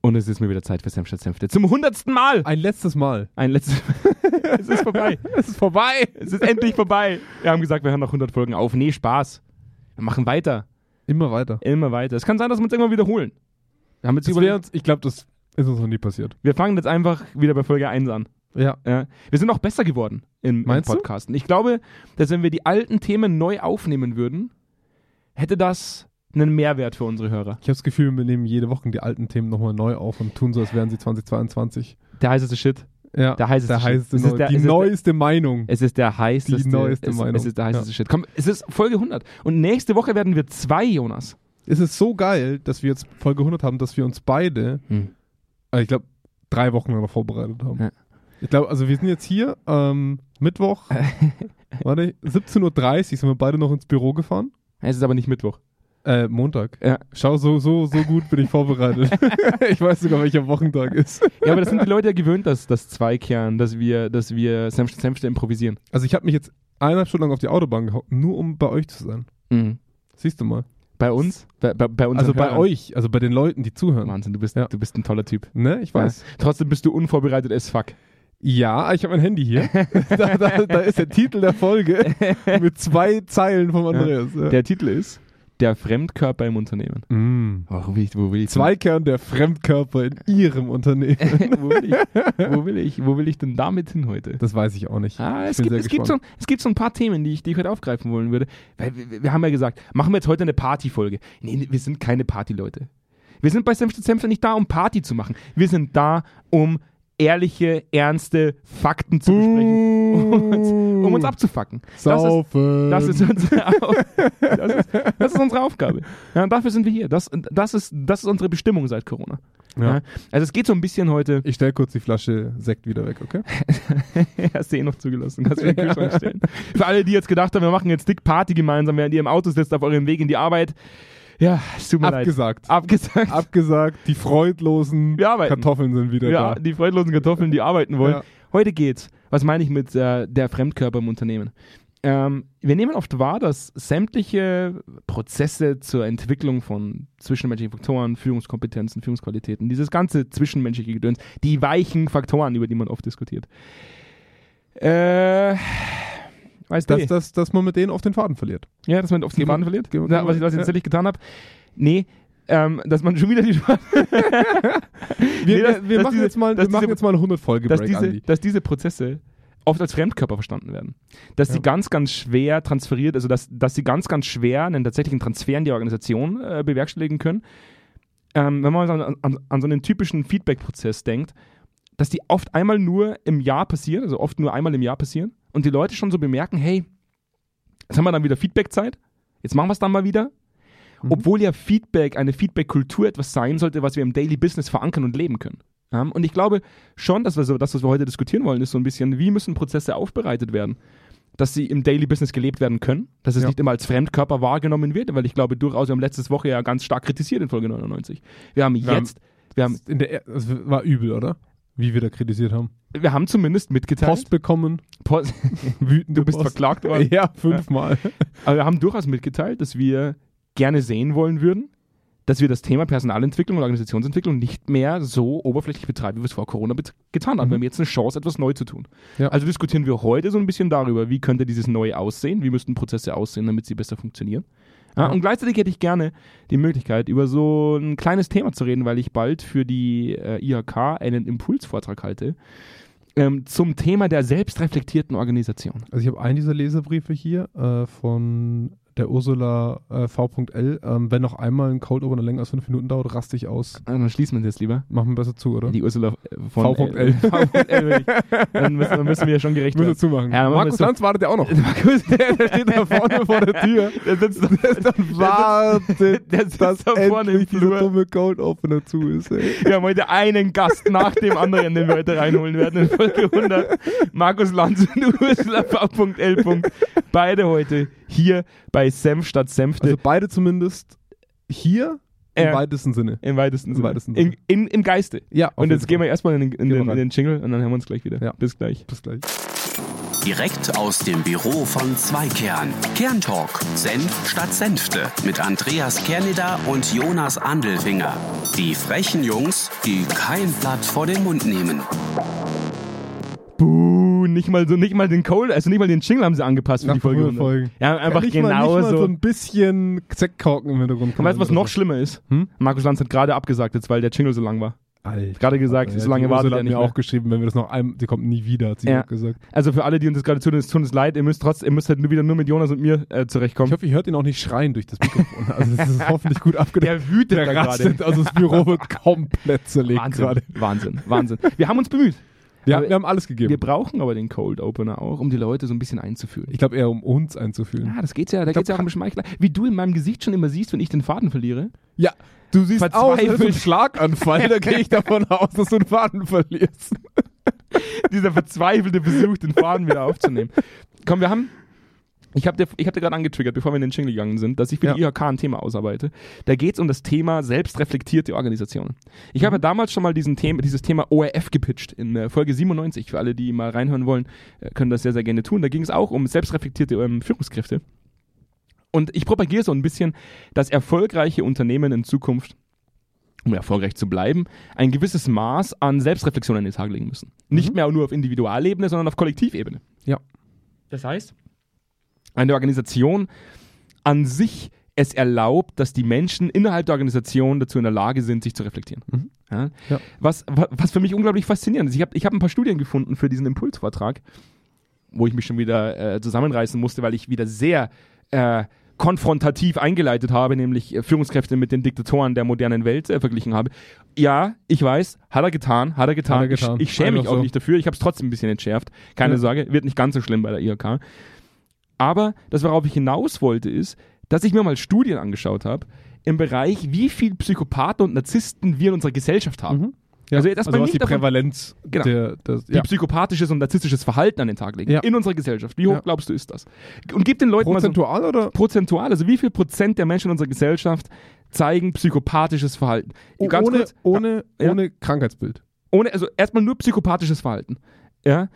Und es ist mir wieder Zeit für Senf statt Senfte. Zum hundertsten Mal! Ein letztes Mal. Ein letztes es ist vorbei. Es ist vorbei. Es ist endlich vorbei. Wir haben gesagt, wir hören noch 100 Folgen auf. Nee, Spaß. Wir machen weiter. Immer weiter. Immer weiter. Es kann sein, dass wir uns irgendwann wiederholen. Wir, haben jetzt Das wär überlegt, uns, ich glaube, das ist uns noch nie passiert. wir fangen jetzt einfach wieder bei Folge 1 an. Ja. Ja. Wir sind auch besser geworden im, im Meinst du? Podcast. Und ich glaube, dass wenn wir die alten Themen neu aufnehmen würden, hätte das einen Mehrwert für unsere Hörer. Ich habe das Gefühl, wir nehmen jede Woche die alten Themen nochmal neu auf und tun so, als wären sie 2022. Der heißeste Shit. Ja. Der heißeste der Shit. heißeste Es ist neu, der- die es ist der- neueste Meinung. Es ist der heißeste. neueste es, Meinung. Es ist der heißeste Shit. Komm, es ist Folge 100. Und nächste Woche werden wir zwei, Jonas. Es ist so geil, dass wir jetzt Folge 100 haben, dass wir uns beide, Hm. also ich glaube, drei Wochen darauf vorbereitet haben. Ja. Ich glaube, also wir sind jetzt hier, ähm, Mittwoch, warte, 17.30 Uhr sind wir beide noch ins Büro gefahren. Es ist aber nicht Mittwoch. Äh, Montag. Ja. Schau, so, so, so gut bin ich vorbereitet. ich weiß sogar, welcher Wochentag ist. Ja, aber das sind die Leute ja gewöhnt, dass das Zweikern, dass wir, dass wir Senfte, Senfte improvisieren. Also ich habe mich jetzt eineinhalb Stunden lang auf die Autobahn gehauen, nur um bei euch zu sein. Siehst du mal. Bei uns? Mhm. Bei, bei, bei uns. Also bei euch, also bei den Leuten, die zuhören. Wahnsinn, du bist, Ja. du bist ein toller Typ. Ne, ich weiß. Ja. Trotzdem bist du unvorbereitet as fuck. Ja, ich habe mein Handy hier. da, da, da ist der Titel der Folge mit zwei Zeilen vom Andreas. Ja. Der Titel ist Der Fremdkörper im Unternehmen. Mm. wo will ich, wo will ich Zweikern der Fremdkörper in Ihrem Unternehmen. wo, will ich, wo, will ich, wo will ich denn damit hin heute? Das weiß ich auch nicht. Ah, Ich es, bin gibt, sehr es, gibt so, gespannt. es gibt so ein paar Themen, die ich, die ich heute aufgreifen wollen würde. Weil wir, wir haben ja gesagt, machen wir jetzt heute eine Partyfolge. Nee, nee, wir sind keine Partyleute. Wir sind bei Senfte Senfte nicht da, um Party zu machen. Wir sind da, um ehrliche, ernste Fakten zu besprechen. Um uns, um uns abzufacken. Das ist, Saufen. Das ist, unsere Auf das, ist, das ist unsere Aufgabe. Ja, und dafür sind wir hier. Das, das, ist, das ist unsere Bestimmung seit Corona. Ja. Ja, also es geht so ein bisschen heute. Ich stell kurz die Flasche Sekt wieder weg, okay? Hast du eh noch zugelassen. Kannst du in den Kühlschrank stellen. Für alle, die jetzt gedacht haben, wir machen jetzt dick Party gemeinsam, während ihr im Auto sitzt auf eurem Weg in die Arbeit. Ja, es tut mir leid. Abgesagt. Abgesagt. Abgesagt. Die freudlosen Wir arbeiten. Kartoffeln sind wieder ja, da. die freudlosen Kartoffeln, die arbeiten wollen. Ja. Heute geht's. Was meine ich mit äh, der Fremdkörper im Unternehmen? Ähm, wir nehmen oft wahr, dass sämtliche Prozesse zur Entwicklung von zwischenmenschlichen Faktoren, Führungskompetenzen, Führungsqualitäten, dieses ganze zwischenmenschliche Gedöns, die weichen Faktoren, über die man oft diskutiert. Äh, weißt du, Dass, dass, dass man mit denen auf den Faden verliert. ja, dass man oft die Gehen wir- Bahn verliert? gehen wir- Ja, was ich, was ich ja. tatsächlich getan habe? Nee, ähm, dass man schon wieder die Bahn Wir, Nee, das- wir, wir dass machen, diese- jetzt, mal, dass wir machen diese- jetzt mal eine 100-Folge-Break, dass diese, Andi. dass diese Prozesse oft als Fremdkörper verstanden werden. Dass sie Ja. ganz, ganz schwer transferiert, also dass, dass sie ganz, ganz schwer einen tatsächlichen Transfer in die Organisation äh, bewerkstelligen können. Ähm, wenn man an, an, an so einen typischen Feedback-Prozess denkt, dass die oft einmal nur im Jahr passieren, also oft nur einmal im Jahr passieren und die Leute schon so bemerken, hey, jetzt haben wir dann wieder Feedback-Zeit, jetzt machen wir es dann mal wieder. Mhm. Obwohl ja Feedback, eine Feedback-Kultur etwas sein sollte, was wir im Daily Business verankern und leben können. Ja, und ich glaube schon, dass wir so, das, was wir heute diskutieren wollen, ist so ein bisschen, wie müssen Prozesse aufbereitet werden, dass sie im Daily Business gelebt werden können, dass es Ja. nicht immer als Fremdkörper wahrgenommen wird, weil ich glaube durchaus, wir haben letztes Woche ja ganz stark kritisiert in Folge 99. Wir haben Wir haben- jetzt, wir haben, In der, er- es war übel, oder? Wie wir da kritisiert haben. wir haben zumindest mitgeteilt, Post bekommen, Post- wütende du bist Post. verklagt worden, Ja, fünfmal. aber wir haben durchaus mitgeteilt, dass wir gerne sehen wollen würden, dass wir das Thema Personalentwicklung und Organisationsentwicklung nicht mehr so oberflächlich betreiben, wie wir es vor Corona bet- getan haben. Mhm. Wir haben jetzt eine Chance, etwas neu zu tun. Ja. Also diskutieren wir heute so ein bisschen darüber, wie könnte dieses Neue aussehen, wie müssten Prozesse aussehen, damit sie besser funktionieren. Ja, Ja. Und gleichzeitig hätte ich gerne die Möglichkeit, über so ein kleines Thema zu reden, weil ich bald für die äh, IHK einen Impulsvortrag halte ähm, zum Thema der selbstreflektierten Organisation. Also ich habe einen dieser Leserbriefe hier äh, von der Ursula äh, V.L. Ähm, wenn noch einmal ein Cold Open länger als fünf Minuten dauert, raste ich aus. Ah, Dann schließen wir das lieber. Machen wir besser zu, oder? Die Ursula Hm? von V.L. V.L. Dann müssen, dann müssen wir ja schon gerecht werden. zu machen. Ja, dann machen Markus wir's so. Lanz wartet ja auch noch. Markus, der, der steht da vorne vor der Tür. Der sitzt, der sitzt, Wartet, der sitzt da vorne im dieser Flur. dumme Cold Opener zu ist. Ey. Wir haben heute einen Gast nach dem anderen, den wir heute reinholen werden in Folge 100. Markus Lanz und Ursula V.L. Beide heute hier bei Senf statt Senfte. Also beide zumindest hier Äh, im weitesten Sinne. Im weitesten im Sinne. weitesten In, in, Im Geiste. Ja, Und jetzt gehen wir erstmal in, den- in, wir den, rein. in den Jingle und dann hören wir uns gleich wieder. Ja. Bis gleich. Bis gleich. Direkt aus dem Büro von Zweikern. Kerntalk. Senf statt Senfte. Mit Andreas Kerneder und Jonas Andelfinger. Die frechen Jungs, die kein Blatt vor den Mund nehmen. Buh, nicht mal so, nicht mal den Cold, also nicht mal den Jingle haben sie angepasst für Nach die Folge. 100 Folgen. Ja, einfach nicht genau mal, nicht mal so so. ein bisschen Zeckkorken im Hintergrund. Und weißt du, was noch schlimmer ist? Hm? Markus Lanz hat gerade abgesagt jetzt, weil der Jingle so lang war. Alter. Gerade gesagt, so lange wartet hat er nicht mir mehr. auch geschrieben, wenn wir das noch einmal, die kommt nie wieder, hat sie Ja. auch gesagt. Also für alle, die uns jetzt gerade zuhören, es tut uns leid, ihr müsst trotzdem, ihr müsst halt nur wieder nur mit Jonas und mir äh, Ich zurechtkommen. hoffe, ihr hört ihn auch nicht schreien durch das Mikrofon. Also es ist hoffentlich gut abgedeckt. der wütet da gerade. also das Büro wird komplett zerlegt gerade. Wahnsinn, Wahnsinn, Wahnsinn. Wir haben uns bemüht. Wir, Aber- haben- wir haben alles gegeben. Wir brauchen aber den Cold Opener auch, um die Leute so ein bisschen einzufühlen. ich glaube eher, um uns einzufühlen. Ja, das geht's ja, da glaub, geht's ja auch um Schmeichler. Wie du in meinem Gesicht schon immer siehst, wenn ich den Faden verliere. Ja, du siehst aus, als hättest du einen Verzweifelt. Schlaganfall. da gehe ich davon aus, dass du einen Faden verlierst. Dieser verzweifelte Versuch, den Faden wieder aufzunehmen. Komm, wir haben. Ich habe dir, ich hab dir gerade angetriggert, bevor wir in den Jingle gegangen sind, dass ich für die IHK ein Thema ausarbeite. Da geht's um das Thema selbstreflektierte Organisationen. Ich habe ja damals schon mal diesen Thema, dieses Thema ORF gepitcht in äh, Folge 97. Für alle, die mal reinhören wollen, äh, können das sehr, sehr gerne tun. Da ging es auch um selbstreflektierte ähm, Führungskräfte. Und ich propagiere so ein bisschen, dass erfolgreiche Unternehmen in Zukunft, um erfolgreich zu bleiben, ein gewisses Maß an Selbstreflexion an den Tag legen müssen. Nicht mehr nur auf Individualebene, sondern auf Kollektivebene. Mhm. Ja. Das heißt, eine Organisation an sich es erlaubt, dass die Menschen innerhalb der Organisation dazu in der Lage sind, sich zu reflektieren. Mhm. Ja? Ja. Was, wa- was für mich unglaublich faszinierend ist. Ich habe ich hab ein paar Studien gefunden für diesen Impulsvortrag, wo ich mich schon wieder äh, zusammenreißen musste, weil ich wieder sehr äh, konfrontativ eingeleitet habe, nämlich äh, Führungskräfte mit den Diktatoren der modernen Welt äh, verglichen habe. Ja, ich weiß, hat er getan, hat er getan. Hat er getan. Ich, ich schäme mich Einfach auch so. nicht dafür. Ich habe es trotzdem ein bisschen entschärft. Keine Ja. Sorge, wird nicht ganz so schlimm bei der IHK. Aber das, worauf ich hinaus wollte, ist, dass ich mir mal Studien angeschaut habe im Bereich, wie viel Psychopathen und Narzissten wir in unserer Gesellschaft haben. Mhm. Ja. Also, dass man was nicht die davon- Prävalenz Genau. der, des- Die ja. psychopathisches und narzisstisches Verhalten an den Tag legen. Ja. In unserer Gesellschaft. Wie hoch Ja. glaubst du, ist das? Und gib den Leuten mal so prozentual oder? prozentual, also wie viel Prozent der Menschen in unserer Gesellschaft zeigen psychopathisches Verhalten? Ganz ohne, kurz, ohne, Ja. ohne Krankheitsbild. ohne, also erstmal nur psychopathisches Verhalten. Ja.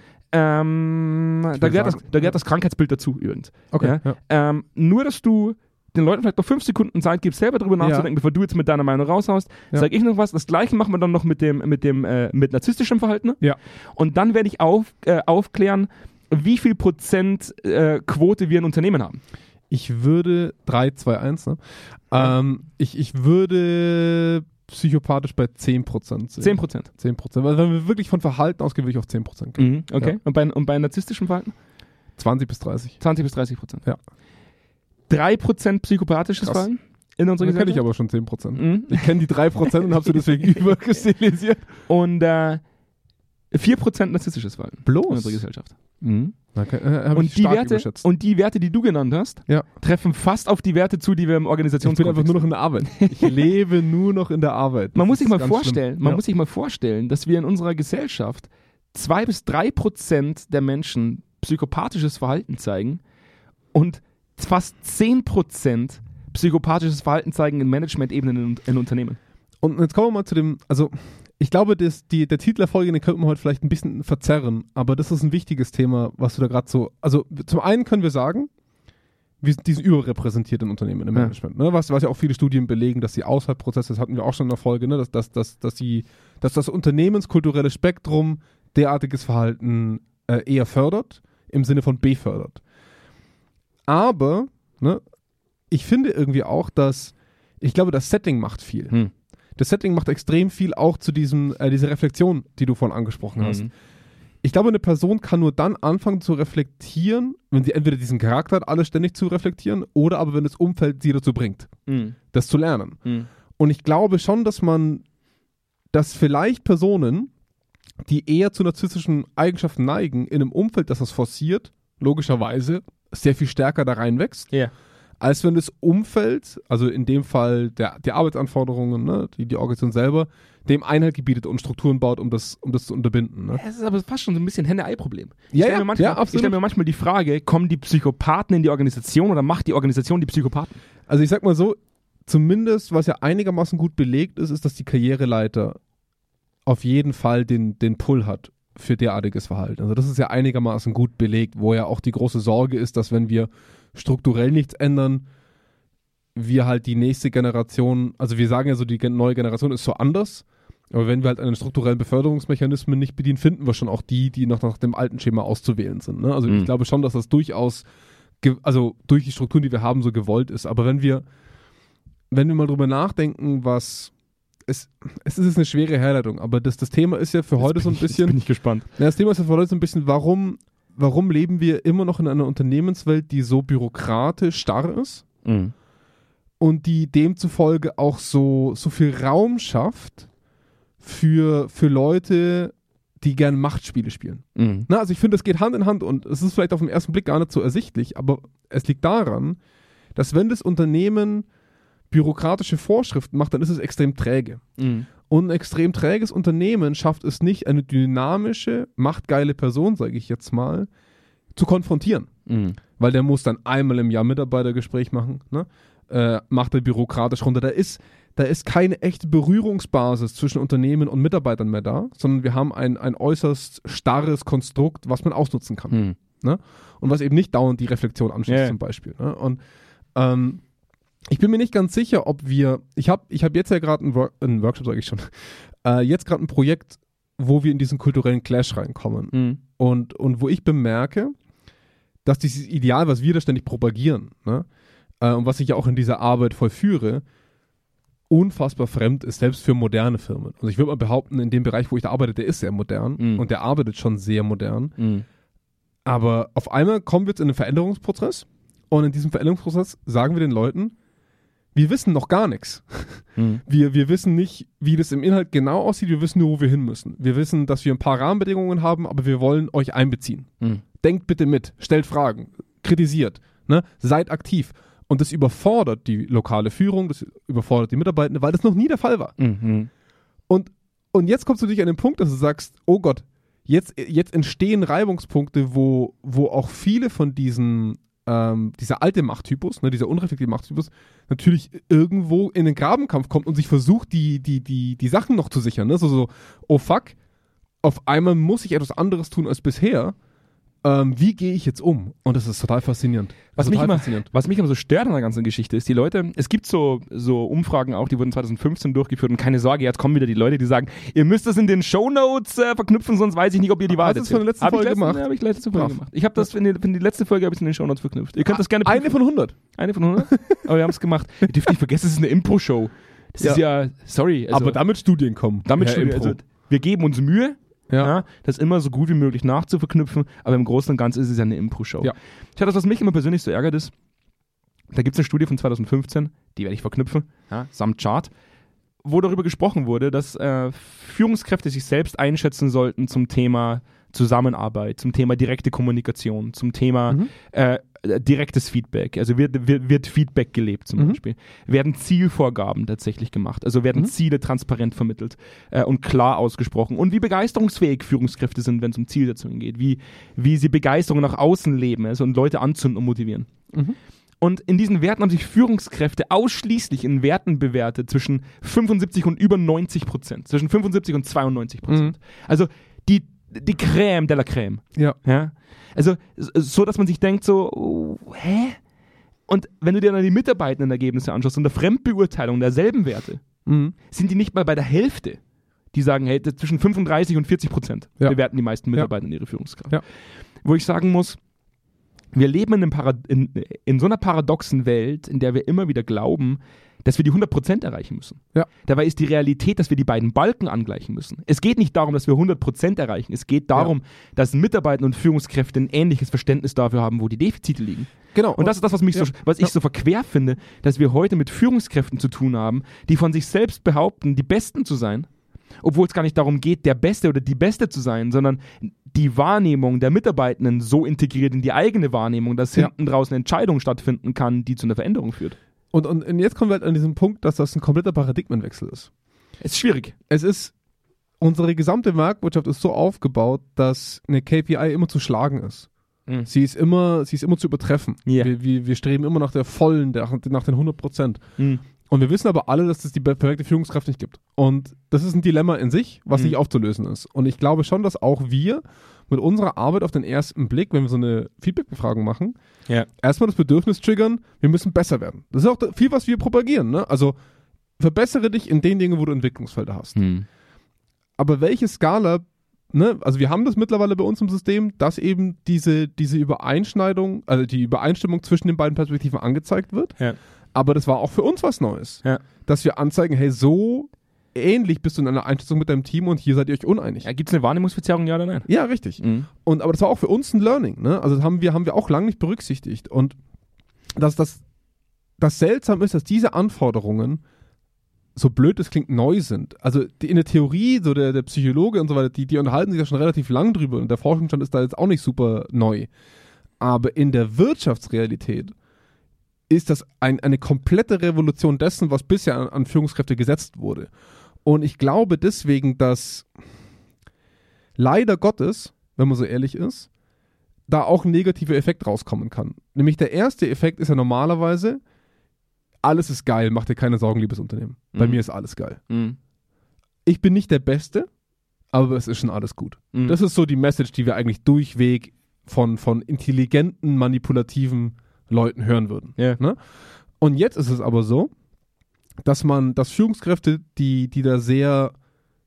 Ähm, da, würde gehört das, sagen- da gehört das Krankheitsbild dazu übrigens. Okay. Ja. Ähm, nur, dass du den Leuten vielleicht noch fünf Sekunden Zeit gibst, selber drüber nachzudenken, bevor du jetzt mit deiner Meinung raushaust, Ja. sage ich noch was. Das gleiche machen wir dann noch mit dem, mit dem, äh, mit narzisstischem Verhalten. Ja. Und dann werde ich auf, äh, aufklären, wie viel Prozent äh, Quote wir in Unternehmen haben. Ich würde 3, 2, 1, ne? Ähm, ich, ich würde psychopathisch bei 10% sehen. Zehn Prozent. 10 Prozent. Weil wenn wir wirklich von Verhalten ausgehen, würde ich auf 10 Prozent gehen. Mhm, okay. Ja. Und, bei, und bei narzisstischem Verhalten? 20 bis 30. 20 bis 30 Prozent. Ja. 3 Prozent psychopathisches Krass. Verhalten in unserer Da kenne ich Gesellschaft. aber schon 10 Prozent. Mhm. Ich kenne die 3 Prozent und habe sie deswegen übergestilisiert. Und äh, 4% narzisstisches Verhalten in Bloß. unserer Gesellschaft. Okay, äh, hab ich Und, die stark Werte, überschätzt. und die Werte, die du genannt hast, Ja. treffen fast auf die Werte zu, die wir im ich bin einfach Organisationskontext nur noch in der Arbeit. Ich lebe nur noch in der Arbeit. Man muss Das sich ist mal ganz vorstellen, schlimm. man Ja. muss sich mal vorstellen, dass wir in unserer Gesellschaft zwei bis drei Prozent der Menschen psychopathisches Verhalten zeigen und fast 10 Prozent psychopathisches Verhalten zeigen in Management-Ebenen in, in Unternehmen. Und jetzt kommen wir mal zu dem, also ich glaube, das, die, der Titel der Folge, den könnten wir heute vielleicht ein bisschen verzerren, aber das ist ein wichtiges Thema, was du da gerade so, also zum einen können wir sagen, wir sind, die sind überrepräsentiert in Unternehmen, im Ja. Management, ne? was, was ja auch viele Studien belegen, dass die Auswahlprozesse, das hatten wir auch schon in der Folge, ne? dass, dass, dass, dass, die, dass das unternehmenskulturelle Spektrum derartiges Verhalten äh, eher fördert, im Sinne von befördert. Aber, ne, ich finde irgendwie auch, dass, ich glaube, das Setting macht viel. Hm. Das Setting macht extrem viel auch zu diesem, äh, dieser Reflexion, die du vorhin angesprochen hast. Mhm. Ich glaube, eine Person kann nur dann anfangen zu reflektieren, wenn sie entweder diesen Charakter hat, alles ständig zu reflektieren, oder aber wenn das Umfeld sie dazu bringt, Mhm. das zu lernen. Mhm. Und ich glaube schon, dass man, dass vielleicht Personen, die eher zu narzisstischen Eigenschaften neigen, in einem Umfeld, das das forciert, logischerweise sehr viel stärker da reinwächst, Ja. als wenn das Umfeld, also in dem Fall der, die Arbeitsanforderungen, ne, die, die Organisation selber, dem Einhalt gebietet und Strukturen baut, um das, um das zu unterbinden. Ne? Es ist aber fast schon so ein bisschen Henne-Ei-Problem. Ich Ja, stell ja, mir manchmal, ja, ich absolut. stell mir manchmal die Frage, kommen die Psychopathen in die Organisation oder macht die Organisation die Psychopathen? Also ich sag mal so, zumindest was ja einigermaßen gut belegt ist, ist, dass die Karriereleiter auf jeden Fall den, den Pull hat für derartiges Verhalten. Also das ist ja einigermaßen gut belegt, wo ja auch die große Sorge ist, dass wenn wir strukturell nichts ändern, wir halt die nächste Generation, also wir sagen ja so, die gen- neue Generation ist so anders, aber wenn wir halt einen strukturellen Beförderungsmechanismen nicht bedienen, finden wir schon auch die, die noch nach dem alten Schema auszuwählen sind. Ne? Also Mhm. ich glaube schon, dass das durchaus, ge- also durch die Strukturen, die wir haben, so gewollt ist. Aber wenn wir, wenn wir mal drüber nachdenken, was es, es ist eine schwere Herleitung, aber das, das Thema ist ja für heute so ein bisschen. Bin ich gespannt. Na, das Thema ist ja vor allem so ein bisschen, warum, warum leben wir immer noch in einer Unternehmenswelt, die so bürokratisch starr ist und die demzufolge auch so, so viel Raum schafft für, für Leute, die gerne Machtspiele spielen. Na, also ich finde, das geht Hand in Hand und es ist vielleicht auf den ersten Blick gar nicht so ersichtlich, aber es liegt daran, dass wenn das Unternehmen bürokratische Vorschriften macht, dann ist es extrem träge. Und ein extrem träges Unternehmen schafft es nicht, eine dynamische, machtgeile Person, sage ich jetzt mal, zu konfrontieren. Weil der muss dann einmal im Jahr Mitarbeitergespräch machen, ne? äh, macht er bürokratisch runter. Da ist, da ist keine echte Berührungsbasis zwischen Unternehmen und Mitarbeitern mehr da, sondern wir haben ein, ein äußerst starres Konstrukt, was man ausnutzen kann und was eben nicht dauernd die Reflexion anschließt Ja, ja. zum Beispiel. Ne? Und ähm, ich bin mir nicht ganz sicher, ob wir, ich habe ich hab jetzt ja gerade einen, Work, einen Workshop, sage ich schon, äh, jetzt gerade ein Projekt, wo wir in diesen kulturellen Clash reinkommen und, und wo ich bemerke, dass dieses Ideal, was wir da ständig propagieren ne? äh, und was ich ja auch in dieser Arbeit vollführe, unfassbar fremd ist, selbst für moderne Firmen. Also ich würde mal behaupten, in dem Bereich, wo ich da arbeite, der ist sehr modern Mhm. und der arbeitet schon sehr modern. Aber auf einmal kommen wir jetzt in einen Veränderungsprozess und in diesem Veränderungsprozess sagen wir den Leuten, wir wissen noch gar nichts. Wir, wir wissen nicht, wie das im Inhalt genau aussieht, wir wissen nur, wo wir hin müssen. Wir wissen, dass wir ein paar Rahmenbedingungen haben, aber wir wollen euch einbeziehen. Denkt bitte mit, stellt Fragen, kritisiert, ne? seid aktiv. Und das überfordert die lokale Führung, das überfordert die Mitarbeitenden, weil das noch nie der Fall war. Und, und jetzt kommst du dich an den Punkt, dass du sagst, oh Gott, jetzt, jetzt entstehen Reibungspunkte, wo, wo auch viele von diesen, ähm, dieser alte Machttypus, ne, dieser unreflektierte Machttypus, natürlich irgendwo in den Grabenkampf kommt und sich versucht, die, die, die, die Sachen noch zu sichern. Ne? So, so, oh fuck, auf einmal muss ich etwas anderes tun als bisher. Ähm, wie gehe ich jetzt um? Und das ist total faszinierend. Was Das ist mich, Also total immer, faszinierend. was mich immer so stört an der ganzen Geschichte ist, die Leute, es gibt so, so Umfragen auch, die wurden 2015 durchgeführt und keine Sorge, jetzt kommen wieder die Leute, die sagen, ihr müsst das in den Shownotes äh, verknüpfen, sonst weiß ich nicht, ob ihr die Hast Wahrheit du das von der letzten Hab ich Folge letzten- gemacht? Ja, hab ich letzte Folge Brav. Ah, gemacht. Ich habe das in, die- in die letzte Folge habe ich in den Shownotes verknüpft. Ihr könnt das gerne Eine von 100. Eine von 100? Aber wir haben es gemacht. Ihr dürft nicht vergessen, es ist eine Impro-Show. Das Ja. ist ja, sorry. Also, Aber damit Studien kommen. damit Herr schon, Impro. also, wir geben uns Mühe, Ja. ja, das immer so gut wie möglich nachzuverknüpfen, aber im Großen und Ganzen ist es ja eine Impro-Show. Ja. Ich hatte das, was mich immer persönlich so ärgert ist, da gibt es eine Studie von 2015, die werde ich verknüpfen, ja, samt Chart, wo darüber gesprochen wurde, dass äh, Führungskräfte sich selbst einschätzen sollten zum Thema Zusammenarbeit, zum Thema direkte Kommunikation, zum Thema Mhm. äh, äh, direktes Feedback. Also wird, wird, wird Feedback gelebt zum Mhm. Beispiel. Werden Zielvorgaben tatsächlich gemacht. Also werden Mhm. Ziele transparent vermittelt äh, und klar ausgesprochen. Und wie begeisterungsfähig Führungskräfte sind, wenn es um Zielsetzungen geht. Wie, wie sie Begeisterung nach außen leben also, und Leute anzünden und motivieren. Mhm. Und in diesen Werten haben sich Führungskräfte ausschließlich in Werten bewertet zwischen 75 und über 90 Prozent. Zwischen 75 und 92 Prozent. Also die, die Crème de la Crème. Ja. Ja? Also s- so, dass man sich denkt so, oh, hä? Und wenn du dir dann die mitarbeitenden Ergebnisse anschaust und der Fremdbeurteilung derselben Werte, Mhm. sind die nicht mal bei der Hälfte, die sagen, hey, das- zwischen 35 und 40 Prozent Ja. bewerten die meisten Mitarbeitenden ihre Führungskraft. Ja. Wo ich sagen muss, wir leben in, einem Parad in, in so einer paradoxen Welt, in der wir immer wieder glauben, dass wir die 100% erreichen müssen. Ja. Dabei ist die Realität, dass wir die beiden Balken angleichen müssen. Es geht nicht darum, dass wir 100% erreichen. Es geht darum, dass Mitarbeiter und Führungskräfte ein ähnliches Verständnis dafür haben, wo die Defizite liegen. Genau. Und das ist das, was, mich Ja. so, was ich so verquer finde, dass wir heute mit Führungskräften zu tun haben, die von sich selbst behaupten, die Besten zu sein, obwohl es gar nicht darum geht, der Beste oder die Beste zu sein, sondern die Wahrnehmung der Mitarbeitenden so integriert in die eigene Wahrnehmung, dass Ja. hinten draußen eine Entscheidung stattfinden kann, die zu einer Veränderung führt. Und, und, und jetzt kommen wir halt an diesen Punkt, dass das ein kompletter Paradigmenwechsel ist. Es ist schwierig. Es ist, unsere gesamte Marktwirtschaft ist so aufgebaut, dass eine KPI immer zu schlagen ist. Mhm. Sie, ist immer, sie ist immer zu übertreffen. Ja. Wir, wir, wir streben immer nach der vollen, nach, nach den 100 Prozent. Und wir wissen aber alle, dass es die perfekte Führungskraft nicht gibt. Und das ist ein Dilemma in sich, was Mhm. nicht aufzulösen ist. Und ich glaube schon, dass auch wir mit unserer Arbeit auf den ersten Blick, wenn wir so eine Feedback-Befragung machen, Ja. erstmal das Bedürfnis triggern, wir müssen besser werden. Das ist auch viel, was wir propagieren. Ne? Also verbessere dich in den Dingen, wo du Entwicklungsfelder hast. Hm. Aber welche Skala, ne, also wir haben das mittlerweile bei uns im System, dass eben diese, diese Übereinschneidung, also die Übereinstimmung zwischen den beiden Perspektiven angezeigt wird. Ja. Aber das war auch für uns was Neues. Ja. Dass wir anzeigen, hey, so ähnlich bist du in einer Einschätzung mit deinem Team und hier seid ihr euch uneinig. Ja, Gibt es eine Wahrnehmungsverzerrung, ja oder nein? Ja, richtig. Mhm. Und aber das war auch für uns ein Learning, ne? Also das haben wir, haben wir auch lange nicht berücksichtigt. Und dass das, das seltsam ist, dass diese Anforderungen, so blöd es klingt, neu sind. Also die, in der Theorie, so der, der Psychologe und so weiter, die, die unterhalten sich da schon relativ lang drüber und der Forschungsstand ist da jetzt auch nicht super neu. Aber in der Wirtschaftsrealität ist das ein, eine komplette Revolution dessen, was bisher an, an Führungskräfte gesetzt wurde. Und ich glaube deswegen, dass leider Gottes, wenn man so ehrlich ist, da auch ein negativer Effekt rauskommen kann. Nämlich der erste Effekt ist ja normalerweise, alles ist geil, mach dir keine Sorgen, liebes Unternehmen. Bei Mhm. mir ist alles geil. Mhm. Ich bin nicht der Beste, aber es ist schon alles gut. Mhm. Das ist so die Message, die wir eigentlich durchweg von, von intelligenten, manipulativen Leuten hören würden. Ja. Ne? Und jetzt ist es aber so, dass man, dass Führungskräfte, die, die da sehr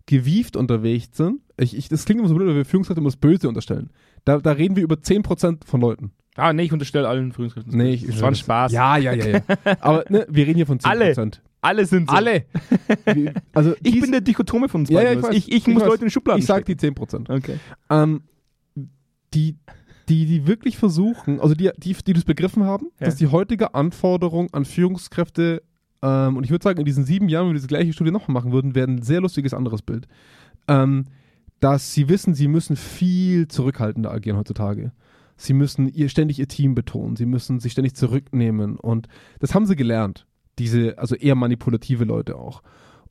gewieft unterwegs sind, ich, ich, das klingt immer so blöd, weil wir Führungskräfte immer das Böse unterstellen. Da, da reden wir über 10% von Leuten. ah, nee, ich unterstelle allen Führungskräften. Nee, ich- das war ein Spaß. Ja, ja, ja, ja. aber ne, wir reden hier von 10%. Alle. Alle sind so. Alle. Wir- also Ich dies- bin der Dichotome von uns Ja, ja, beiden. ich weißt weiß. du? ich, ich Ich muss weiß. Leute in den Schubladen ich sag stecken. die 10%. Okay. ähm, die, die, die wirklich versuchen, also die, die, die das begriffen haben, Ja. dass die heutige Anforderung an Führungskräfte, ähm, und ich würde sagen, in diesen sieben Jahren, wenn wir diese gleiche Studie nochmal machen würden, wäre ein sehr lustiges anderes Bild. Ähm, dass sie wissen, sie müssen viel zurückhaltender agieren heutzutage. Sie müssen ihr ständig ihr Team betonen, sie müssen sich ständig zurücknehmen und das haben sie gelernt. Diese, also eher manipulative Leute auch.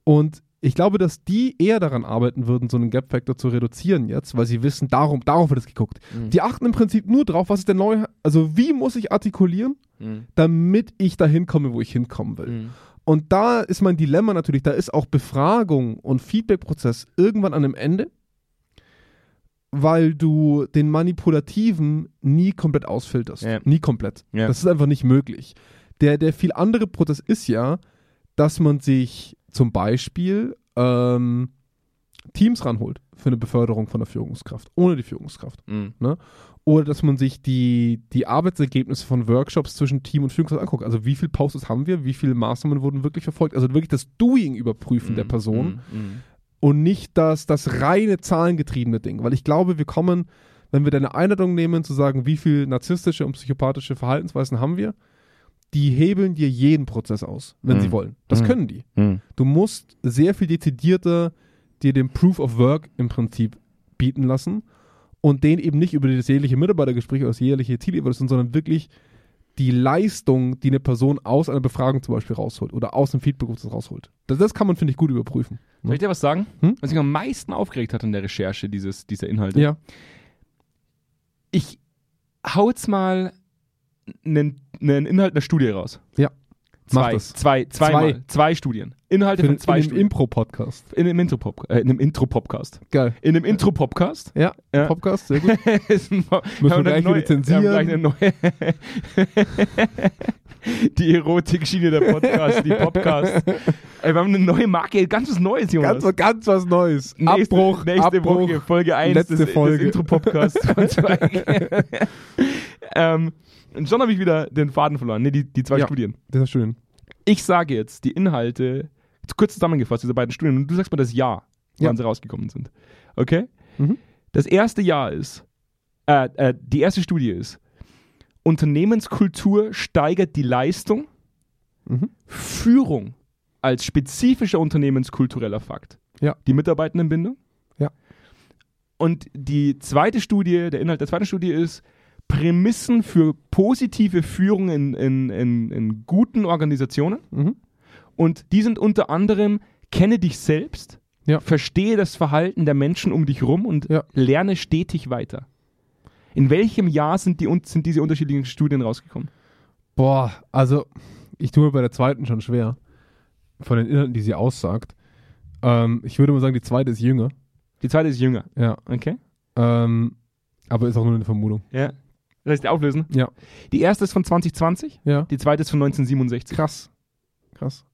Und ich glaube, dass die eher daran arbeiten würden, so einen Gap-Factor zu reduzieren jetzt, weil sie wissen, darum, darauf wird es geguckt. Mhm. Die achten im Prinzip nur drauf, was ist denn neu, also wie muss ich artikulieren, Mhm. damit ich dahin komme, wo ich hinkommen will. Mhm. Und da ist mein Dilemma natürlich, da ist auch Befragung und Feedback-Prozess irgendwann an einem Ende, weil du den Manipulativen nie komplett ausfilterst. Ja. Nie komplett. Ja. Das ist einfach nicht möglich. Der, der viel andere Prozess ist ja, dass man sich zum Beispiel ähm, Teams ranholt für eine Beförderung von der Führungskraft, ohne die Führungskraft Mhm. oder dass man sich die, die Arbeitsergebnisse von Workshops zwischen Team und Führungskraft anguckt. Also wie viele Posts haben wir, wie viele Maßnahmen wurden wirklich verfolgt. Also wirklich das Doing überprüfen der Person Mhm. und nicht das, das reine zahlengetriebene Ding. Weil ich glaube, wir kommen, wenn wir deine Einladung nehmen, zu sagen, wie viele narzisstische und psychopathische Verhaltensweisen haben wir, die hebeln dir jeden Prozess aus, wenn Mhm. sie wollen. Das Mhm. können die. Mhm. Du musst sehr viel dezidierter dir den Proof of Work im Prinzip bieten lassen und den eben nicht über das jährliche Mitarbeitergespräch oder das jährliche Zielevaluation, sondern wirklich die Leistung, die eine Person aus einer Befragung zum Beispiel rausholt oder aus einem Feedback rausholt. Das, das kann man, finde ich, gut überprüfen. Soll ich dir was sagen? Hm? Was mich am meisten aufgeregt hat in der Recherche dieses, dieser Inhalte. Ja. ich hau jetzt mal einen, einen Inhalt einer Studie raus. Ja. Mach Zwei, das. zwei, zwei, Zwei. Mal, zwei Studien. Inhalte von zwei in einem Studien. Impro-Podcast. in einem Intro-Pop, äh, in einem Intro-Popcast. Geil. In einem Intro-Popcast. Ja, Ja. Podcast, sehr gut. Müssen wir gleich wieder zensieren. Gleich eine neue die Erotik-Schiene der Podcast, die Podcast. Ey, wir haben eine neue Marke, ganz was Neues, Jonas. ganz, ganz was Neues. Nächste- Abbruch, nächste Abbruch. Woche, Folge 1 letzte des, Folge. des Intro-Podcasts von zwei. ähm, und schon habe ich wieder den Faden verloren. Ne, die, die zwei Ja. Studien. Das ist schön. Ich sage jetzt die Inhalte, jetzt kurz zusammengefasst, diese beiden Studien, und du sagst mir das Jahr, wann Ja. sie rausgekommen sind. Okay? Mhm. Das erste Jahr ist, äh, äh, die erste Studie ist, Unternehmenskultur steigert die Leistung, Mhm. Führung als spezifischer unternehmenskultureller Fakt. Ja. Die Mitarbeitendenbindung. Ja. Und die zweite Studie, der Inhalt der zweiten Studie ist, Prämissen für positive Führung in, in, in, in guten Organisationen. Mhm. Und die sind unter anderem, kenne dich selbst, Ja. verstehe das Verhalten der Menschen um dich rum und Ja. lerne stetig weiter. In welchem Jahr sind, die, un- sind diese unterschiedlichen Studien rausgekommen? Boah, also ich tue mir bei der zweiten schon schwer. von den Inhalten, die sie aussagt. Ähm, ich würde mal sagen, die zweite ist jünger. Die zweite ist jünger, Ja. okay? Ähm, aber ist auch nur eine Vermutung. Ja. Soll ich die auflösen? Ja. Die erste ist von 2020, Ja. die zweite ist von 1967. Krass. Krass.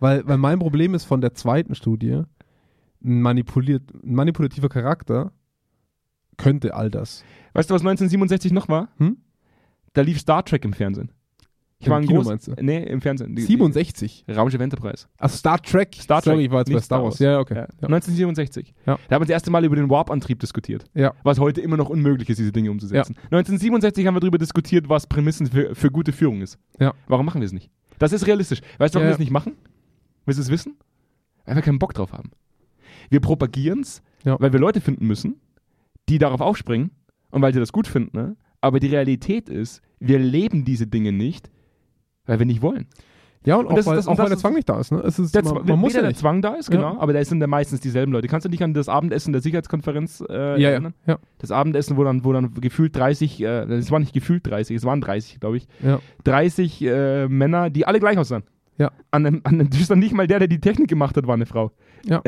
Weil, weil mein Problem ist von der zweiten Studie, ein, manipuliert, ein manipulativer Charakter könnte all das. Weißt du, was 1967 noch war? Hm? Da lief Star Trek im Fernsehen. Ich Im war ein Kino groß... meinst du? Nee, im Fernsehen. Die- 67. die- Raumschiff Enterprise. Also Star Trek. Star Trek, Sorry, ich war jetzt bei nicht Star Wars. Ja, okay. Ja. Ja. 1967. Ja. Da haben wir das erste Mal über den Warp-Antrieb diskutiert. Ja. Was heute immer noch unmöglich ist, diese Dinge umzusetzen. 1967 haben wir darüber diskutiert, was Prämissen für, für gute Führung ist. Ja. Warum machen wir es nicht? Das ist realistisch. Weißt du, warum Ja. wir es nicht machen? Willst du es wissen? Weil wir keinen Bock drauf haben. Wir propagieren es, Ja. weil wir Leute finden müssen, die darauf aufspringen und weil sie das gut finden. Ne? Aber die Realität ist, wir leben diese Dinge nicht, weil wir nicht wollen. Ja, und, Und auch, das ist weil, das- und auch weil das der ist- Zwang nicht da ist. Ne? Es ist Der man, Zwang- man muss weder ja der nicht. Zwang da ist, genau, Ja. aber da sind dann meistens dieselben Leute. Kannst du dich an das Abendessen der Sicherheitskonferenz äh, Ja, ja, erinnern? ja, Das Abendessen, wo dann, wo dann gefühlt 30, äh, es waren nicht gefühlt 30, es waren 30, glaube ich, ja. 30 äh, Männer, die alle gleich aussahen. Ja. An einem, an einem Tisch dann nicht mal der, der die Technik gemacht hat, war eine Frau. Ja.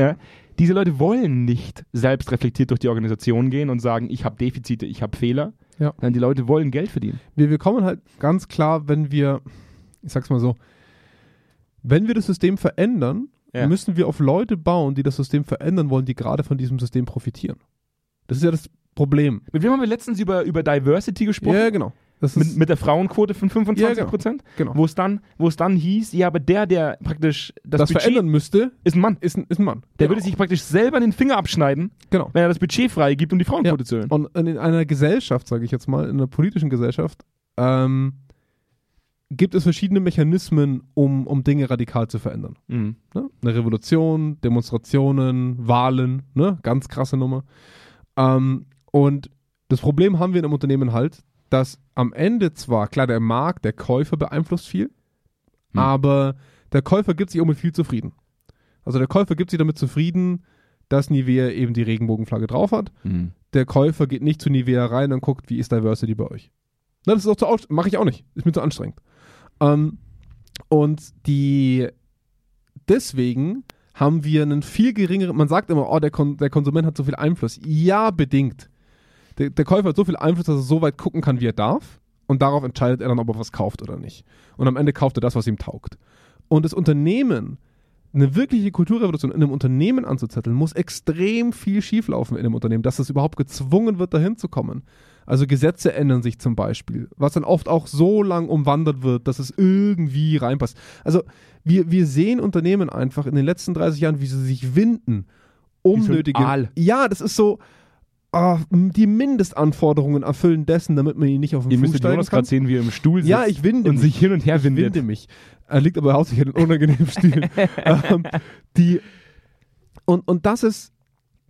Diese Leute wollen nicht selbst reflektiert durch die Organisation gehen und sagen, ich habe Defizite, ich habe Fehler. Ja. Sondern die Leute wollen Geld verdienen. Wir, wir kommen halt ganz klar, wenn wir, ich sag's mal so, wenn wir das System verändern, Ja. müssen wir auf Leute bauen, die das System verändern wollen, die gerade von diesem System profitieren. Das ist ja das Problem. Mit wem haben wir letztens über, über Diversity gesprochen? Ja, genau. Das Mit, ist, mit der Frauenquote von 25%? Ja, genau. genau. Wo es dann, wo es dann hieß, ja, aber der, der praktisch das, das Budget verändern müsste, ist ein Mann. ist ein, ist ein Mann. Der genau. würde sich praktisch selber den Finger abschneiden, Genau. wenn er das Budget freigibt, um die Frauenquote zu erhöhen. Und in einer Gesellschaft, sage ich jetzt mal, in einer politischen Gesellschaft, ähm, gibt es verschiedene Mechanismen, um, um Dinge radikal zu verändern. Mhm. Ne? Eine Revolution, Demonstrationen, Wahlen, ne? ganz krasse Nummer. Ähm, und das Problem haben wir in einem Unternehmen halt, dass am Ende zwar, klar, der Markt, der Käufer beeinflusst viel, Hm. aber der Käufer gibt sich auch mit viel zufrieden. Also der Käufer gibt sich damit zufrieden, dass Nivea eben die Regenbogenflagge drauf hat Mhm. der Käufer geht nicht zu Nivea rein und guckt, wie ist Diversity bei euch. Na, das ist auch zu anstrengend. Mache ich auch nicht. Ist mir zu anstrengend. Ähm, und die. Deswegen haben wir einen viel geringeren. Man sagt immer, oh, der, Kon der Konsument hat so viel Einfluss. Ja, bedingt. Der, der Käufer hat so viel Einfluss, dass er so weit gucken kann, wie er darf. Und darauf entscheidet er dann, ob er was kauft oder nicht. Und am Ende kauft er das, was ihm taugt. Und das Unternehmen, eine wirkliche Kulturrevolution in einem Unternehmen anzuzetteln, muss extrem viel schieflaufen in einem Unternehmen, dass es überhaupt gezwungen wird, dahin zu kommen. Also Gesetze ändern sich zum Beispiel, was dann oft auch so lang umwandert wird, dass es irgendwie reinpasst. Also wir, wir sehen Unternehmen einfach in den letzten 30 Jahren, wie sie sich winden, um so ein nötige. Aal. Ja, das ist so. ah, die Mindestanforderungen erfüllen dessen, damit man ihn nicht auf den Ihr Fuß müsst steigen Jonas kann. gerade sehen, wie er im Stuhl sitzt Ja, ich winde und mich. sich hin und her Ich windet. winde mich. Er liegt aber hauptsächlich in unangenehmen Stil. ähm, die, und, und das ist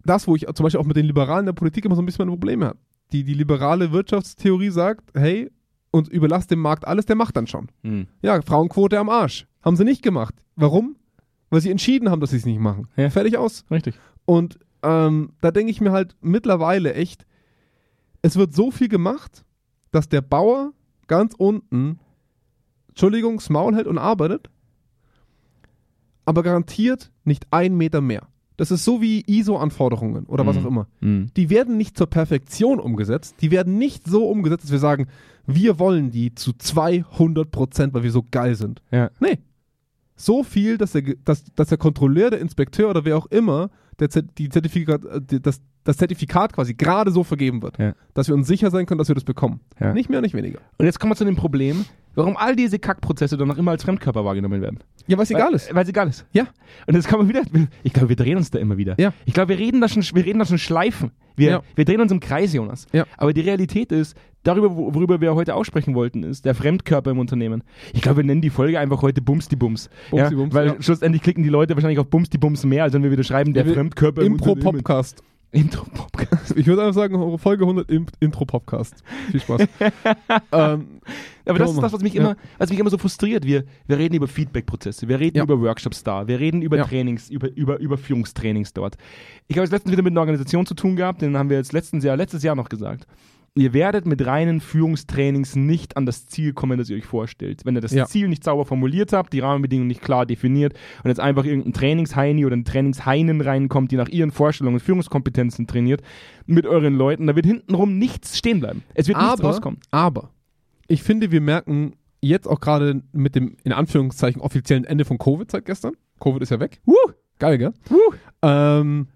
das, wo ich zum Beispiel auch mit den Liberalen der Politik immer so ein bisschen meine Probleme habe. Die, die liberale Wirtschaftstheorie sagt, hey, und überlasst dem Markt alles, der macht dann schon. Mhm. Ja, Frauenquote am Arsch. Haben sie nicht gemacht. Warum? Weil sie entschieden haben, dass sie es nicht machen. Ja. Fertig aus. Richtig. Und ähm, da denke ich mir halt mittlerweile echt, es wird so viel gemacht, dass der Bauer ganz unten, Entschuldigung, das Maul hält und arbeitet, aber garantiert nicht einen Meter mehr. Das ist so wie ISO-Anforderungen oder was Mhm. auch immer. Die werden nicht zur Perfektion umgesetzt. Die werden nicht so umgesetzt, dass wir sagen, wir wollen die zu 200 Prozent, weil wir so geil sind. Ja. Nee. So viel, dass der, Ge- dass, dass der Kontrolleur, der Inspekteur oder wer auch immer der Zert- die Zertifikat, äh, die- das, das Zertifikat quasi gerade so vergeben wird. Ja. Dass wir uns sicher sein können, dass wir das bekommen. Ja. Nicht mehr, nicht weniger. Und jetzt kommen wir zu dem Problem, warum all diese Kackprozesse dann noch immer als Fremdkörper wahrgenommen werden. Ja, weil es egal ist. Weil es egal ist. Ja. Und jetzt kommen wir wieder, ich glaube, wir drehen uns da immer wieder. Ja. Ich glaube, wir reden da schon, wir reden da schon Schleifen. Wir, Ja. wir drehen uns im Kreis, Jonas. Ja. Aber die Realität ist, darüber, wo- worüber wir heute auch sprechen wollten, ist der Fremdkörper im Unternehmen. Ich glaube, wir nennen die Folge einfach heute Bums die Bums. Bums die Bums, weil ja. schlussendlich klicken die Leute wahrscheinlich auf Bums die Bums mehr, als wenn wir wieder schreiben, der Wir- Fremdkörper im Unternehmen. genau. Impro-Podcast. Impro-Podcast. Ich würde einfach sagen, Folge 100 Imp Impro-Podcast. Viel Spaß. ähm, Aber das ist Kann man das, was mich, machen, immer, was mich immer so frustriert. Wir, wir reden über Feedback-Prozesse, wir reden Ja. über Workshops da, wir reden über Ja. Trainings, über, über, über Führungstrainings dort. Ich habe es letztens wieder mit einer Organisation zu tun gehabt, den haben wir jetzt letztens Jahr, letztes Jahr noch gesagt. Ihr werdet mit reinen Führungstrainings nicht an das Ziel kommen, das ihr euch vorstellt. Wenn ihr das Ja. Ziel nicht sauber formuliert habt, die Rahmenbedingungen nicht klar definiert und jetzt einfach irgendein Trainingsheini oder ein Trainingsheinen reinkommt, die nach ihren Vorstellungen und Führungskompetenzen trainiert, mit euren Leuten, da wird hintenrum nichts stehen bleiben. Es wird nichts rauskommen. Aber ich finde, wir merken jetzt auch gerade mit dem in Anführungszeichen offiziellen Ende von Covid seit gestern. Covid ist ja weg. Huh, Geil, gell? huh. Ähm,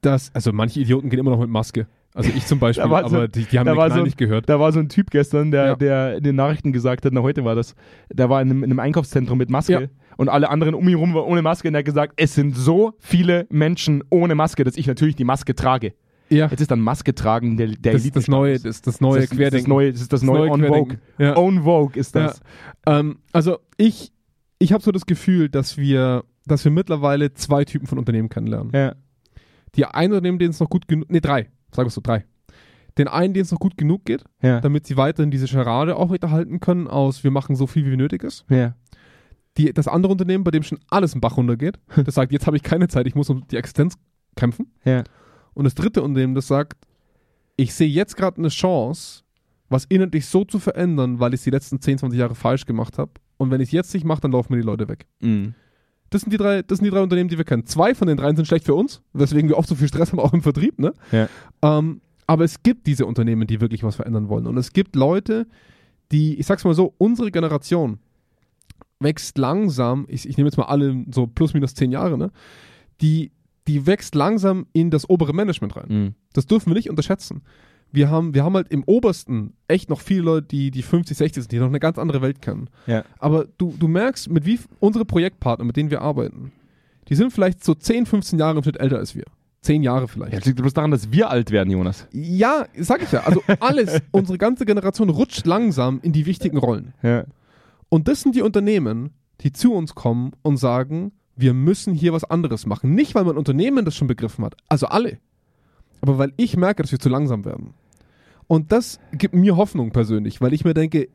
dass, also manche Idioten gehen immer noch mit Maske. Also ich zum Beispiel, Da war so- aber die, die haben da den war Knall so- nicht gehört. Da war so ein Typ gestern, der, Ja. der in den Nachrichten gesagt hat, na heute war das, der war in einem, in einem Einkaufszentrum mit Maske Ja. und alle anderen um ihn rum waren ohne Maske und er hat gesagt, es sind so viele Menschen ohne Maske, dass ich natürlich die Maske trage. Ja, Jetzt ist dann Maske tragen der, der das ist das neue, das, ist das neue das, ist das Querdenken. neue, das ist das neue On Vogue. Querdenken. Ja. On Vogue ist das. Ja. Ähm, also ich, ich habe so das Gefühl, dass wir, dass wir mittlerweile zwei Typen von Unternehmen kennenlernen. Ja. Die einen Unternehmen, denen es noch gut genug, nee drei, sag es so drei. Den einen, denen es noch gut genug geht, Ja. damit sie weiterhin diese Charade aufrechterhalten können aus wir machen so viel wie nötig ist. ja. Die, das andere Unternehmen, bei dem schon alles im Bach runtergeht, das sagt, jetzt habe ich keine Zeit, ich muss um die Existenz kämpfen. Ja. Und das dritte Unternehmen, das sagt, ich sehe jetzt gerade eine Chance, was inhaltlich so zu verändern, weil ich es die letzten 10, 20 Jahre falsch gemacht habe. Und wenn ich es jetzt nicht mache, dann laufen mir die Leute weg. Mhm. Das sind, die drei, das sind die drei Unternehmen, die wir kennen. Zwei von den dreien sind schlecht für uns, weswegen wir oft so viel Stress haben, auch im Vertrieb. Ne? Ja. Ähm, aber es gibt diese Unternehmen, die wirklich was verändern wollen. Und es gibt Leute, die, ich sag's mal so, unsere Generation wächst langsam, ich, ich nehme jetzt mal alle so plus minus zehn Jahre, ne? die, die wächst langsam in das obere Management rein. Mhm. Das dürfen wir nicht unterschätzen. Wir haben, wir haben halt im Obersten echt noch viele Leute, die, die 50, 60 sind, die noch eine ganz andere Welt kennen. Ja. Aber du, du merkst, mit wie f- unsere Projektpartner, mit denen wir arbeiten, die sind vielleicht so 10, 15 Jahre im Schnitt älter als wir. 10 Jahre vielleicht. Das liegt bloß daran, dass wir alt werden, Jonas. Ja, sag ich ja. Also alles, unsere ganze Generation rutscht langsam in die wichtigen Rollen. Ja. Und das sind die Unternehmen, die zu uns kommen und sagen, wir müssen hier was anderes machen. Nicht, weil mein Unternehmen das schon begriffen hat, also alle, aber weil ich merke, dass wir zu langsam werden. Und das gibt mir Hoffnung persönlich, weil ich mir denke,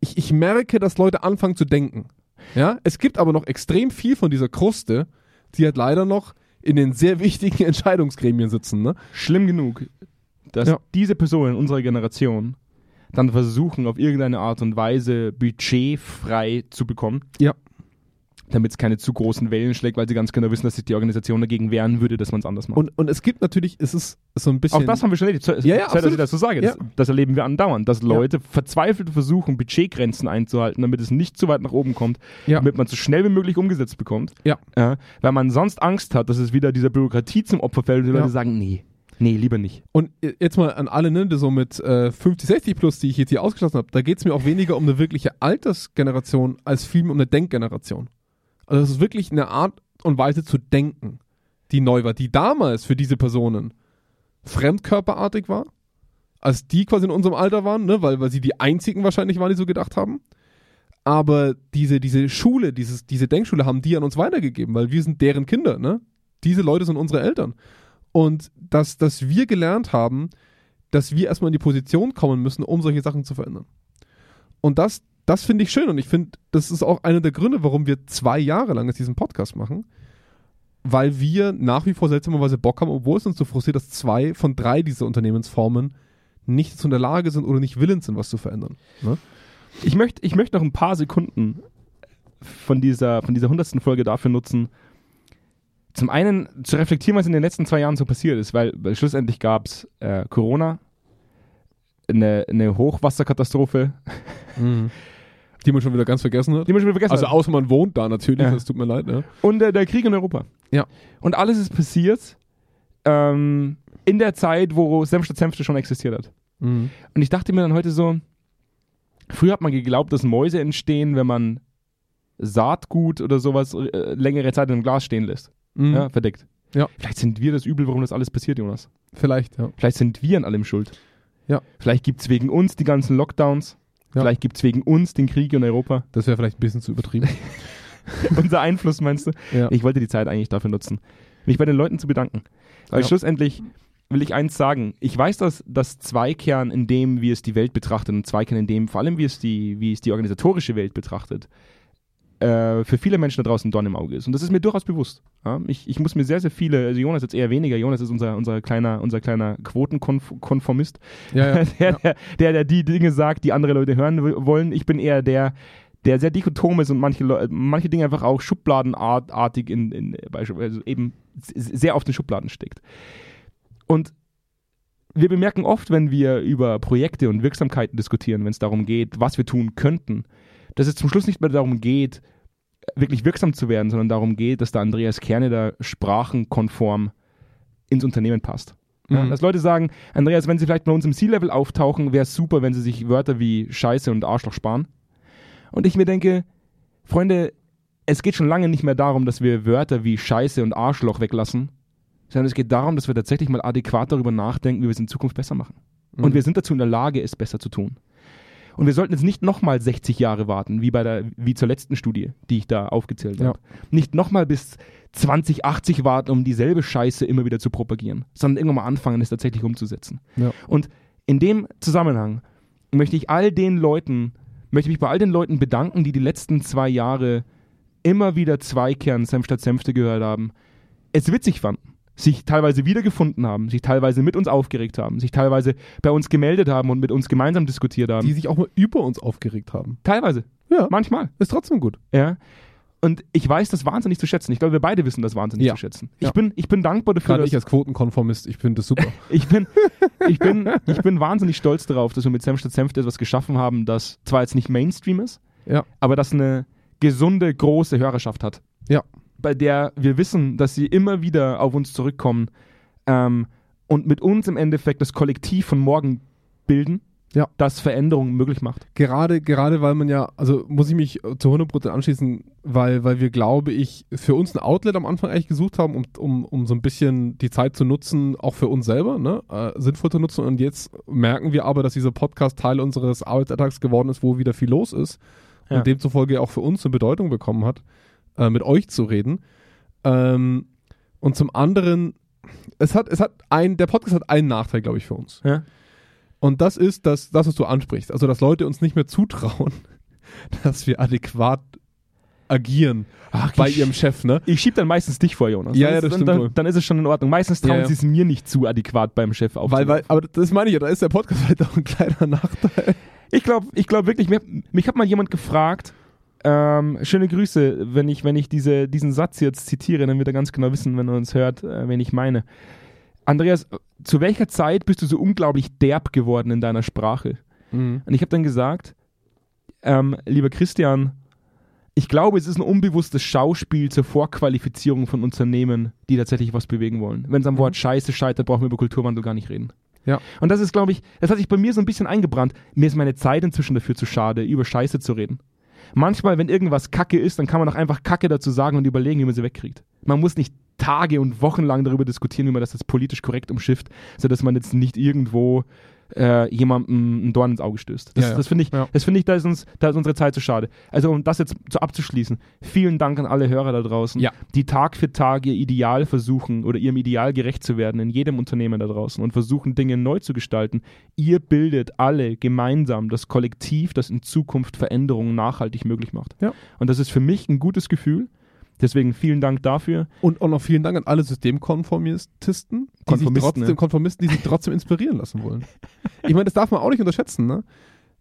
ich, ich merke, dass Leute anfangen zu denken. Ja? Es gibt aber noch extrem viel von dieser Kruste, die halt leider noch in den sehr wichtigen Entscheidungsgremien sitzen. Ne? Schlimm genug, dass Ja. diese Personen unserer Generation dann versuchen, auf irgendeine Art und Weise Budget frei zu bekommen. Ja. damit es keine zu großen Wellen schlägt, weil sie ganz genau wissen, dass sich die Organisation dagegen wehren würde, dass man es anders macht. Und, und es gibt natürlich, es ist so ein bisschen. auch das haben wir schon erlebt. Sorry, Ja, sorry, ja, dass ich absolut. das so sage. Das, Ja. das erleben wir andauernd, dass Leute verzweifelt versuchen, Budgetgrenzen einzuhalten, damit es nicht zu weit nach oben kommt, ja. damit man es so schnell wie möglich umgesetzt bekommt. Ja. weil man sonst Angst hat, dass es wieder dieser Bürokratie zum Opfer fällt und die Ja. Leute sagen, nee, nee, lieber nicht. Und äh, jetzt mal an alle, ne, so mit äh, 50, 60 plus, die ich jetzt hier ausgeschlossen habe, da geht es mir auch weniger um eine wirkliche Altersgeneration als vielmehr um eine Denkgeneration. Also es ist wirklich eine Art und Weise zu denken, die neu war, die damals für diese Personen fremdkörperartig war, als die quasi in unserem Alter waren, ne, weil, weil sie die einzigen wahrscheinlich waren, die so gedacht haben. Aber diese, diese Schule, dieses, diese Denkschule haben die an uns weitergegeben, weil wir sind deren Kinder, ne? Diese Leute sind unsere Eltern. Und dass, dass wir gelernt haben, dass wir erstmal in die Position kommen müssen, um solche Sachen zu verändern. Und das, das finde ich schön. Und ich finde, das ist auch einer der Gründe, warum wir zwei Jahre lang jetzt diesen Podcast machen. Weil wir nach wie vor seltsamerweise Bock haben, obwohl es uns so frustriert, dass zwei von drei dieser Unternehmensformen nicht dazu in der Lage sind oder nicht willens sind, was zu verändern. Ne? Ich möchte ich möcht noch ein paar Sekunden von dieser, von dieser hundertsten Folge dafür nutzen, zum einen zu reflektieren, was in den letzten zwei Jahren so passiert ist, weil, weil schlussendlich gab es äh, Corona, eine, eine Hochwasserkatastrophe, Die man schon wieder ganz vergessen hat. Mhm. die man schon wieder vergessen Also hat. außer man wohnt da natürlich, Ja. das tut mir leid. Ne? Und äh, der Krieg in Europa. Ja. Und alles ist passiert ähm, in der Zeit, wo Senfte Senfte schon existiert hat. Und ich dachte mir dann heute so, früher hat man geglaubt, dass Mäuse entstehen, wenn man Saatgut oder sowas äh, längere Zeit in einem Glas stehen lässt. Mhm. Ja, verdeckt. Ja. Vielleicht sind wir das Übel, warum das alles passiert, Jonas. Vielleicht, ja. Vielleicht sind wir an allem schuld. Ja. Vielleicht gibt es wegen uns die ganzen Lockdowns. Ja. Vielleicht gibt es wegen uns den Krieg in Europa. Das wäre vielleicht ein bisschen zu übertrieben. Unser Einfluss, meinst du? ja. Ich wollte die Zeit eigentlich dafür nutzen, mich bei den Leuten zu bedanken. Weil Ja. schlussendlich will ich eins sagen. Ich weiß, dass das Zweikern in dem, wie es die Welt betrachtet und Zweikern in dem, vor allem wie es die, wie es die organisatorische Welt betrachtet, äh, für viele Menschen da draußen Dorn im Auge ist. Und das ist mir durchaus bewusst. Ja? Ich, ich muss mir sehr, sehr viele, also Jonas jetzt eher weniger, Jonas ist unser, unser kleiner, unser kleiner Quotenkonformist, Ja, ja. der, der, der, der die Dinge sagt, die andere Leute hören w- wollen. Ich bin eher der, der sehr dichotom ist und manche, Leu- manche Dinge einfach auch schubladenartig in, in also eben s- sehr auf den Schubladen steckt. Und wir bemerken oft, wenn wir über Projekte und Wirksamkeiten diskutieren, wenn es darum geht, was wir tun könnten, dass es zum Schluss nicht mehr darum geht, wirklich wirksam zu werden, sondern darum geht, dass der Andreas Kerne da sprachenkonform ins Unternehmen passt. Ja, Mhm. Dass Leute sagen, Andreas, wenn Sie vielleicht bei uns im C-Level auftauchen, wäre es super, wenn Sie sich Wörter wie Scheiße und Arschloch sparen. Und ich mir denke, Freunde, es geht schon lange nicht mehr darum, dass wir Wörter wie Scheiße und Arschloch weglassen, sondern es geht darum, dass wir tatsächlich mal adäquat darüber nachdenken, wie wir es in Zukunft besser machen. Und wir sind dazu in der Lage, es besser zu tun. Und wir sollten jetzt nicht nochmal 60 Jahre warten, wie bei der, wie zur letzten Studie, die ich da aufgezählt Ja. habe. Nicht nochmal bis 2080 warten, um dieselbe Scheiße immer wieder zu propagieren, sondern irgendwann mal anfangen, es tatsächlich umzusetzen. Ja. Und in dem Zusammenhang möchte ich all den Leuten, möchte mich bei all den Leuten bedanken, die die letzten zwei Jahre immer wieder Zweikern Senf statt Senfte gehört haben, es witzig fanden, sich teilweise wiedergefunden haben, sich teilweise mit uns aufgeregt haben, sich teilweise bei uns gemeldet haben und mit uns gemeinsam diskutiert haben. Die sich auch mal über uns aufgeregt haben. teilweise, Ja, manchmal, ist trotzdem gut. ja. Und ich weiß das wahnsinnig zu schätzen. Ich glaube, wir beide wissen das wahnsinnig Ja. zu schätzen. Ja. Ich, bin, ich bin dankbar dafür, Gerade dass, ich als Quotenkonformist, ich finde das super. Ich bin, ich, bin, ich bin wahnsinnig stolz darauf, dass wir mit Senf statt Senf etwas geschaffen haben, das zwar jetzt nicht Mainstream ist, Ja. aber das eine gesunde, große Hörerschaft hat. Ja. Bei der wir wissen, dass sie immer wieder auf uns zurückkommen ähm, und mit uns im Endeffekt das Kollektiv von morgen bilden, Ja. das Veränderungen möglich macht. Gerade, gerade weil man ja, also muss ich mich äh, zu 100% anschließen, weil, weil wir, glaube ich, für uns ein Outlet am Anfang eigentlich gesucht haben, um, um, um so ein bisschen die Zeit zu nutzen, auch für uns selber, ne? äh, sinnvoll zu nutzen. Und jetzt merken wir aber, dass dieser Podcast Teil unseres Arbeitsalltags geworden ist, wo wieder viel los ist Ja. und demzufolge auch für uns eine Bedeutung bekommen hat, äh, mit euch zu reden. Ähm, und zum anderen, es hat, es hat ein, der Podcast hat einen Nachteil, glaube ich, für uns. Ja. Und das ist das, das, was du ansprichst. Also, dass Leute uns nicht mehr zutrauen, dass wir adäquat agieren bei ihrem Chef, ne? Ich schieb dann meistens dich vor, Jonas. Ja, dann ja, ist, das dann, stimmt wohl. dann, dann ist es schon in Ordnung. Meistens trauen Ja, ja. sie es mir nicht zu, adäquat beim Chef Weil, aufzunehmen. weil, aber das meine ich ja, da ist der Podcast halt auch ein kleiner Nachteil. Ich glaube ich glaub wirklich, mir- mich hat mal jemand gefragt, ähm, schöne Grüße, wenn ich, wenn ich diese, diesen Satz jetzt zitiere, dann wird er ganz genau wissen, wenn er uns hört, äh, wen ich meine. Andreas, zu welcher Zeit bist du so unglaublich derb geworden in deiner Sprache? Mhm. Und ich habe dann gesagt, ähm, lieber Christian, ich glaube, es ist ein unbewusstes Schauspiel zur Vorqualifizierung von Unternehmen, die tatsächlich was bewegen wollen. Wenn es am Wort Scheiße scheitert, brauchen wir über Kulturwandel gar nicht reden. Ja. Und das ist, glaube ich, das hat sich bei mir so ein bisschen eingebrannt. Mir ist meine Zeit inzwischen dafür zu schade, über Scheiße zu reden. Manchmal, wenn irgendwas Kacke ist, dann kann man auch einfach Kacke dazu sagen und überlegen, wie man sie wegkriegt. Man muss nicht Tage und Wochen lang darüber diskutieren, wie man das jetzt politisch korrekt umschifft, sodass man jetzt nicht irgendwo äh, jemandem ein Dorn ins Auge stößt. Das, Ja, ja. das finde ich, Ja. das finde ich, da ist uns, da ist unsere Zeit zu schade. Also um das jetzt zu abzuschließen, vielen Dank an alle Hörer da draußen, Ja. die Tag für Tag ihr Ideal versuchen oder ihrem Ideal gerecht zu werden in jedem Unternehmen da draußen und versuchen Dinge neu zu gestalten. Ihr bildet alle gemeinsam das Kollektiv, das in Zukunft Veränderungen nachhaltig möglich macht. Ja. Und das ist für mich ein gutes Gefühl. Deswegen vielen Dank dafür. Und auch noch vielen Dank an alle Systemkonformististen, die sich Konformisten, trotzdem, ja. Konformisten, die sich trotzdem inspirieren lassen wollen. Ich meine, das darf man auch nicht unterschätzen, ne?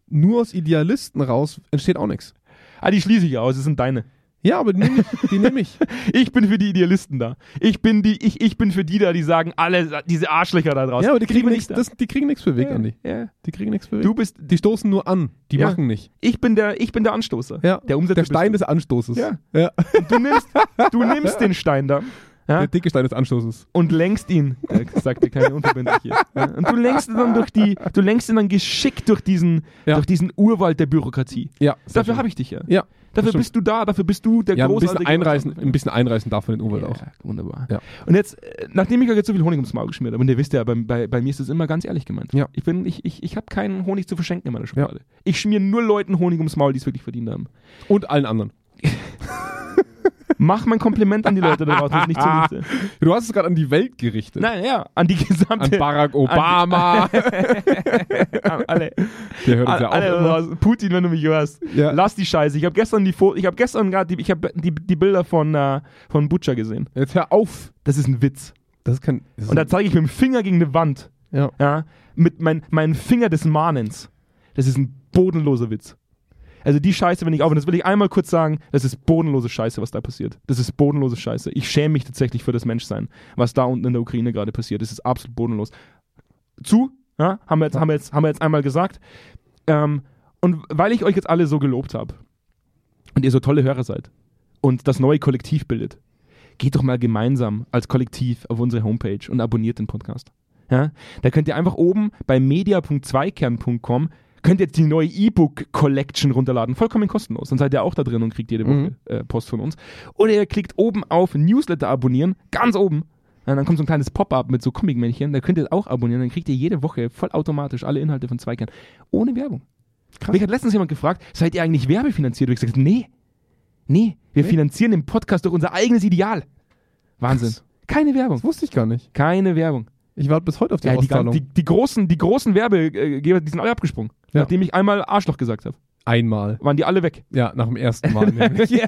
Nur aus Idealisten raus entsteht auch nichts. Ah, die schließe ich aus, es sind deine. Ja, aber die nehme ich. Die nehme ich. Ich bin für die Idealisten da. Ich bin die, ich, ich bin für die da, die sagen, alle diese Arschlöcher da draußen. Ja, aber die kriegen bin nichts ich da. das- die kriegen nichts bewegt, Ja, Andi. ja. Die kriegen nichts bewegt. Du bist, Die stoßen nur an, die Ja. machen nicht. ich bin der, ich bin der Anstoßer. Ja. Der Umsetzer Der Stein des Anstoßes. Ja. Ja. bist du. Du nimmst, du nimmst den Stein da. Ja, Der dicke Stein des Anstoßes. und lenkst ihn, äh, sagt der kleine Unverbindliche. Ja, und du lenkst ihn dann durch die, du lenkst ihn dann geschickt durch diesen, Ja. durch diesen Urwald der Bürokratie. Ja. Dafür habe ich dich ja. Ja. Dafür stimmt. bist du da, dafür bist du der Ja, ein bisschen, großartige einreißen, ein bisschen einreißen darf man den Umwelt Ja, auch. wunderbar. Ja. Und jetzt, äh, nachdem ich euch jetzt so viel Honig ums Maul geschmiert habe, und ihr wisst ja, bei, bei, bei mir ist das immer ganz ehrlich gemeint. Ja. Ich, bin- ich, ich, ich habe keinen Honig zu verschenken in meiner Schublade. Ich schmier nur Leuten Honig ums Maul, die es wirklich verdient haben. Und allen anderen. Mach mein Kompliment an die Leute da draußen, nicht zunichte. Du hast es gerade an die Welt gerichtet. Nein, ja, an die An gesamte. Barack Obama. an alle. Der hört es Alle, ja auch immer. alle Putin, wenn du mich hörst. Ja. Lass die Scheiße. Ich habe gestern die Fo ich habe gestern gerade die, ich habe die, die Bilder von äh, von Butcher gesehen. Jetzt hör auf. Das ist ein Witz. Das ist kein. Das ist Und da zeige ich mit dem Finger gegen eine Wand. ja. Ja, mit mein, meinem Finger des Mahnens. Das ist ein bodenloser Witz. Also die Scheiße, wenn ich auf, und das will ich einmal kurz sagen, das ist bodenlose Scheiße, was da passiert. Das ist bodenlose Scheiße. Ich schäme mich tatsächlich für das Menschsein, was da unten in der Ukraine gerade passiert. Das ist absolut bodenlos. Zu, ja, haben, wir jetzt, haben, wir jetzt, haben wir jetzt einmal gesagt. Ähm, und weil ich euch jetzt alle so gelobt habe und ihr so tolle Hörer seid und das neue Kollektiv bildet, geht doch mal gemeinsam als Kollektiv auf unsere Homepage und abonniert den Podcast. Ja? Da könnt ihr einfach oben bei media.zweikern.com könnt ihr jetzt die neue E-Book-Collection runterladen, vollkommen kostenlos. Dann seid ihr auch da drin und kriegt jede Woche Mhm. äh, Post von uns. Oder ihr klickt oben auf Newsletter abonnieren, ganz oben. Ja, dann kommt so ein kleines Pop-up mit so Comic-Männchen, da könnt ihr auch abonnieren, dann kriegt ihr jede Woche vollautomatisch alle Inhalte von Zweikern. Ohne Werbung. Mich hat letztens jemand gefragt, seid ihr eigentlich werbefinanziert? Und ich gesagt, nee. Nee, wir finanzieren den Podcast durch unser eigenes Ideal. Wahnsinn. Krass. Keine Werbung. Das wusste ich gar nicht. Keine Werbung. Ich warte bis heute auf die Ja, die, Auszahlung. gan- die, die großen, die großen Werbegeber, die sind alle abgesprungen. Ja. Nachdem ich einmal Arschloch gesagt habe, Einmal. waren die alle weg. Ja, nach dem ersten Mal. nämlich. wir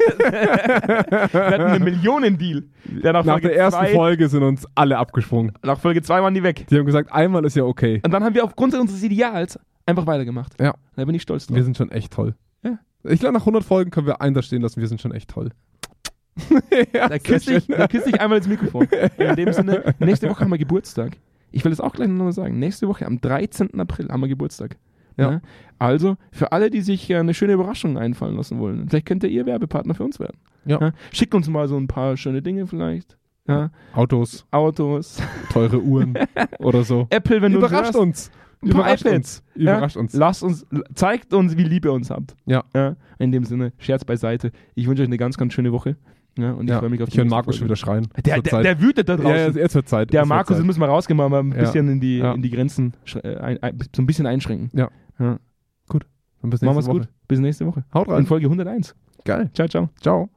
hatten einen Millionendeal. Der nach, nach Folge der ersten zwei, Folge sind uns alle abgesprungen. Nach Folge 2 waren die weg. Die haben gesagt, einmal ist ja okay. Und dann haben wir aufgrund unseres Ideals einfach weitergemacht. Ja. Da bin ich stolz drauf. Wir sind schon echt toll. Ja. Ich glaube, nach 100 Folgen können wir einstehen lassen, wir sind schon echt toll. ja, Da sehr küsse ich, schön. da küsse ich einmal ins Mikrofon. In dem Sinne, nächste Woche haben wir Geburtstag. Ich will das auch gleich nochmal sagen. Nächste Woche am 13. April haben wir Geburtstag. Ja. Ne? Also, für alle, die sich äh, eine schöne Überraschung einfallen lassen wollen, vielleicht könnt ihr ihr Werbepartner für uns werden. Ja. Ne? Schickt uns mal so ein paar schöne Dinge vielleicht. Ja? Autos, Autos, teure Uhren oder so. Apple, wenn du Überrascht hörst. uns. Ein paar Überrascht iPads. uns. Überrascht ja? uns. Lasst uns, zeigt uns, wie lieb ihr uns habt. Ja. ja? In dem Sinne, Scherz beiseite. Ich wünsche euch eine ganz, ganz schöne Woche. Ja, und ich Ja, freue mich auf die ich höre nächste Markus schon Folge. wieder schreien. Der, Es wird der, Zeit. der wütet da draußen. ja, ja, jetzt wird Zeit. Der Es wird Markus, Zeit. das müssen wir rausgehen, mal ein Ja. bisschen in, die, Ja. in die Grenzen, schre- äh, ein, ein, so ein bisschen einschränken. Dann bis Machen nächste wir's Woche. gut. Bis nächste Woche. Haut In rein. Folge 101. Geil. Ciao, ciao. Ciao.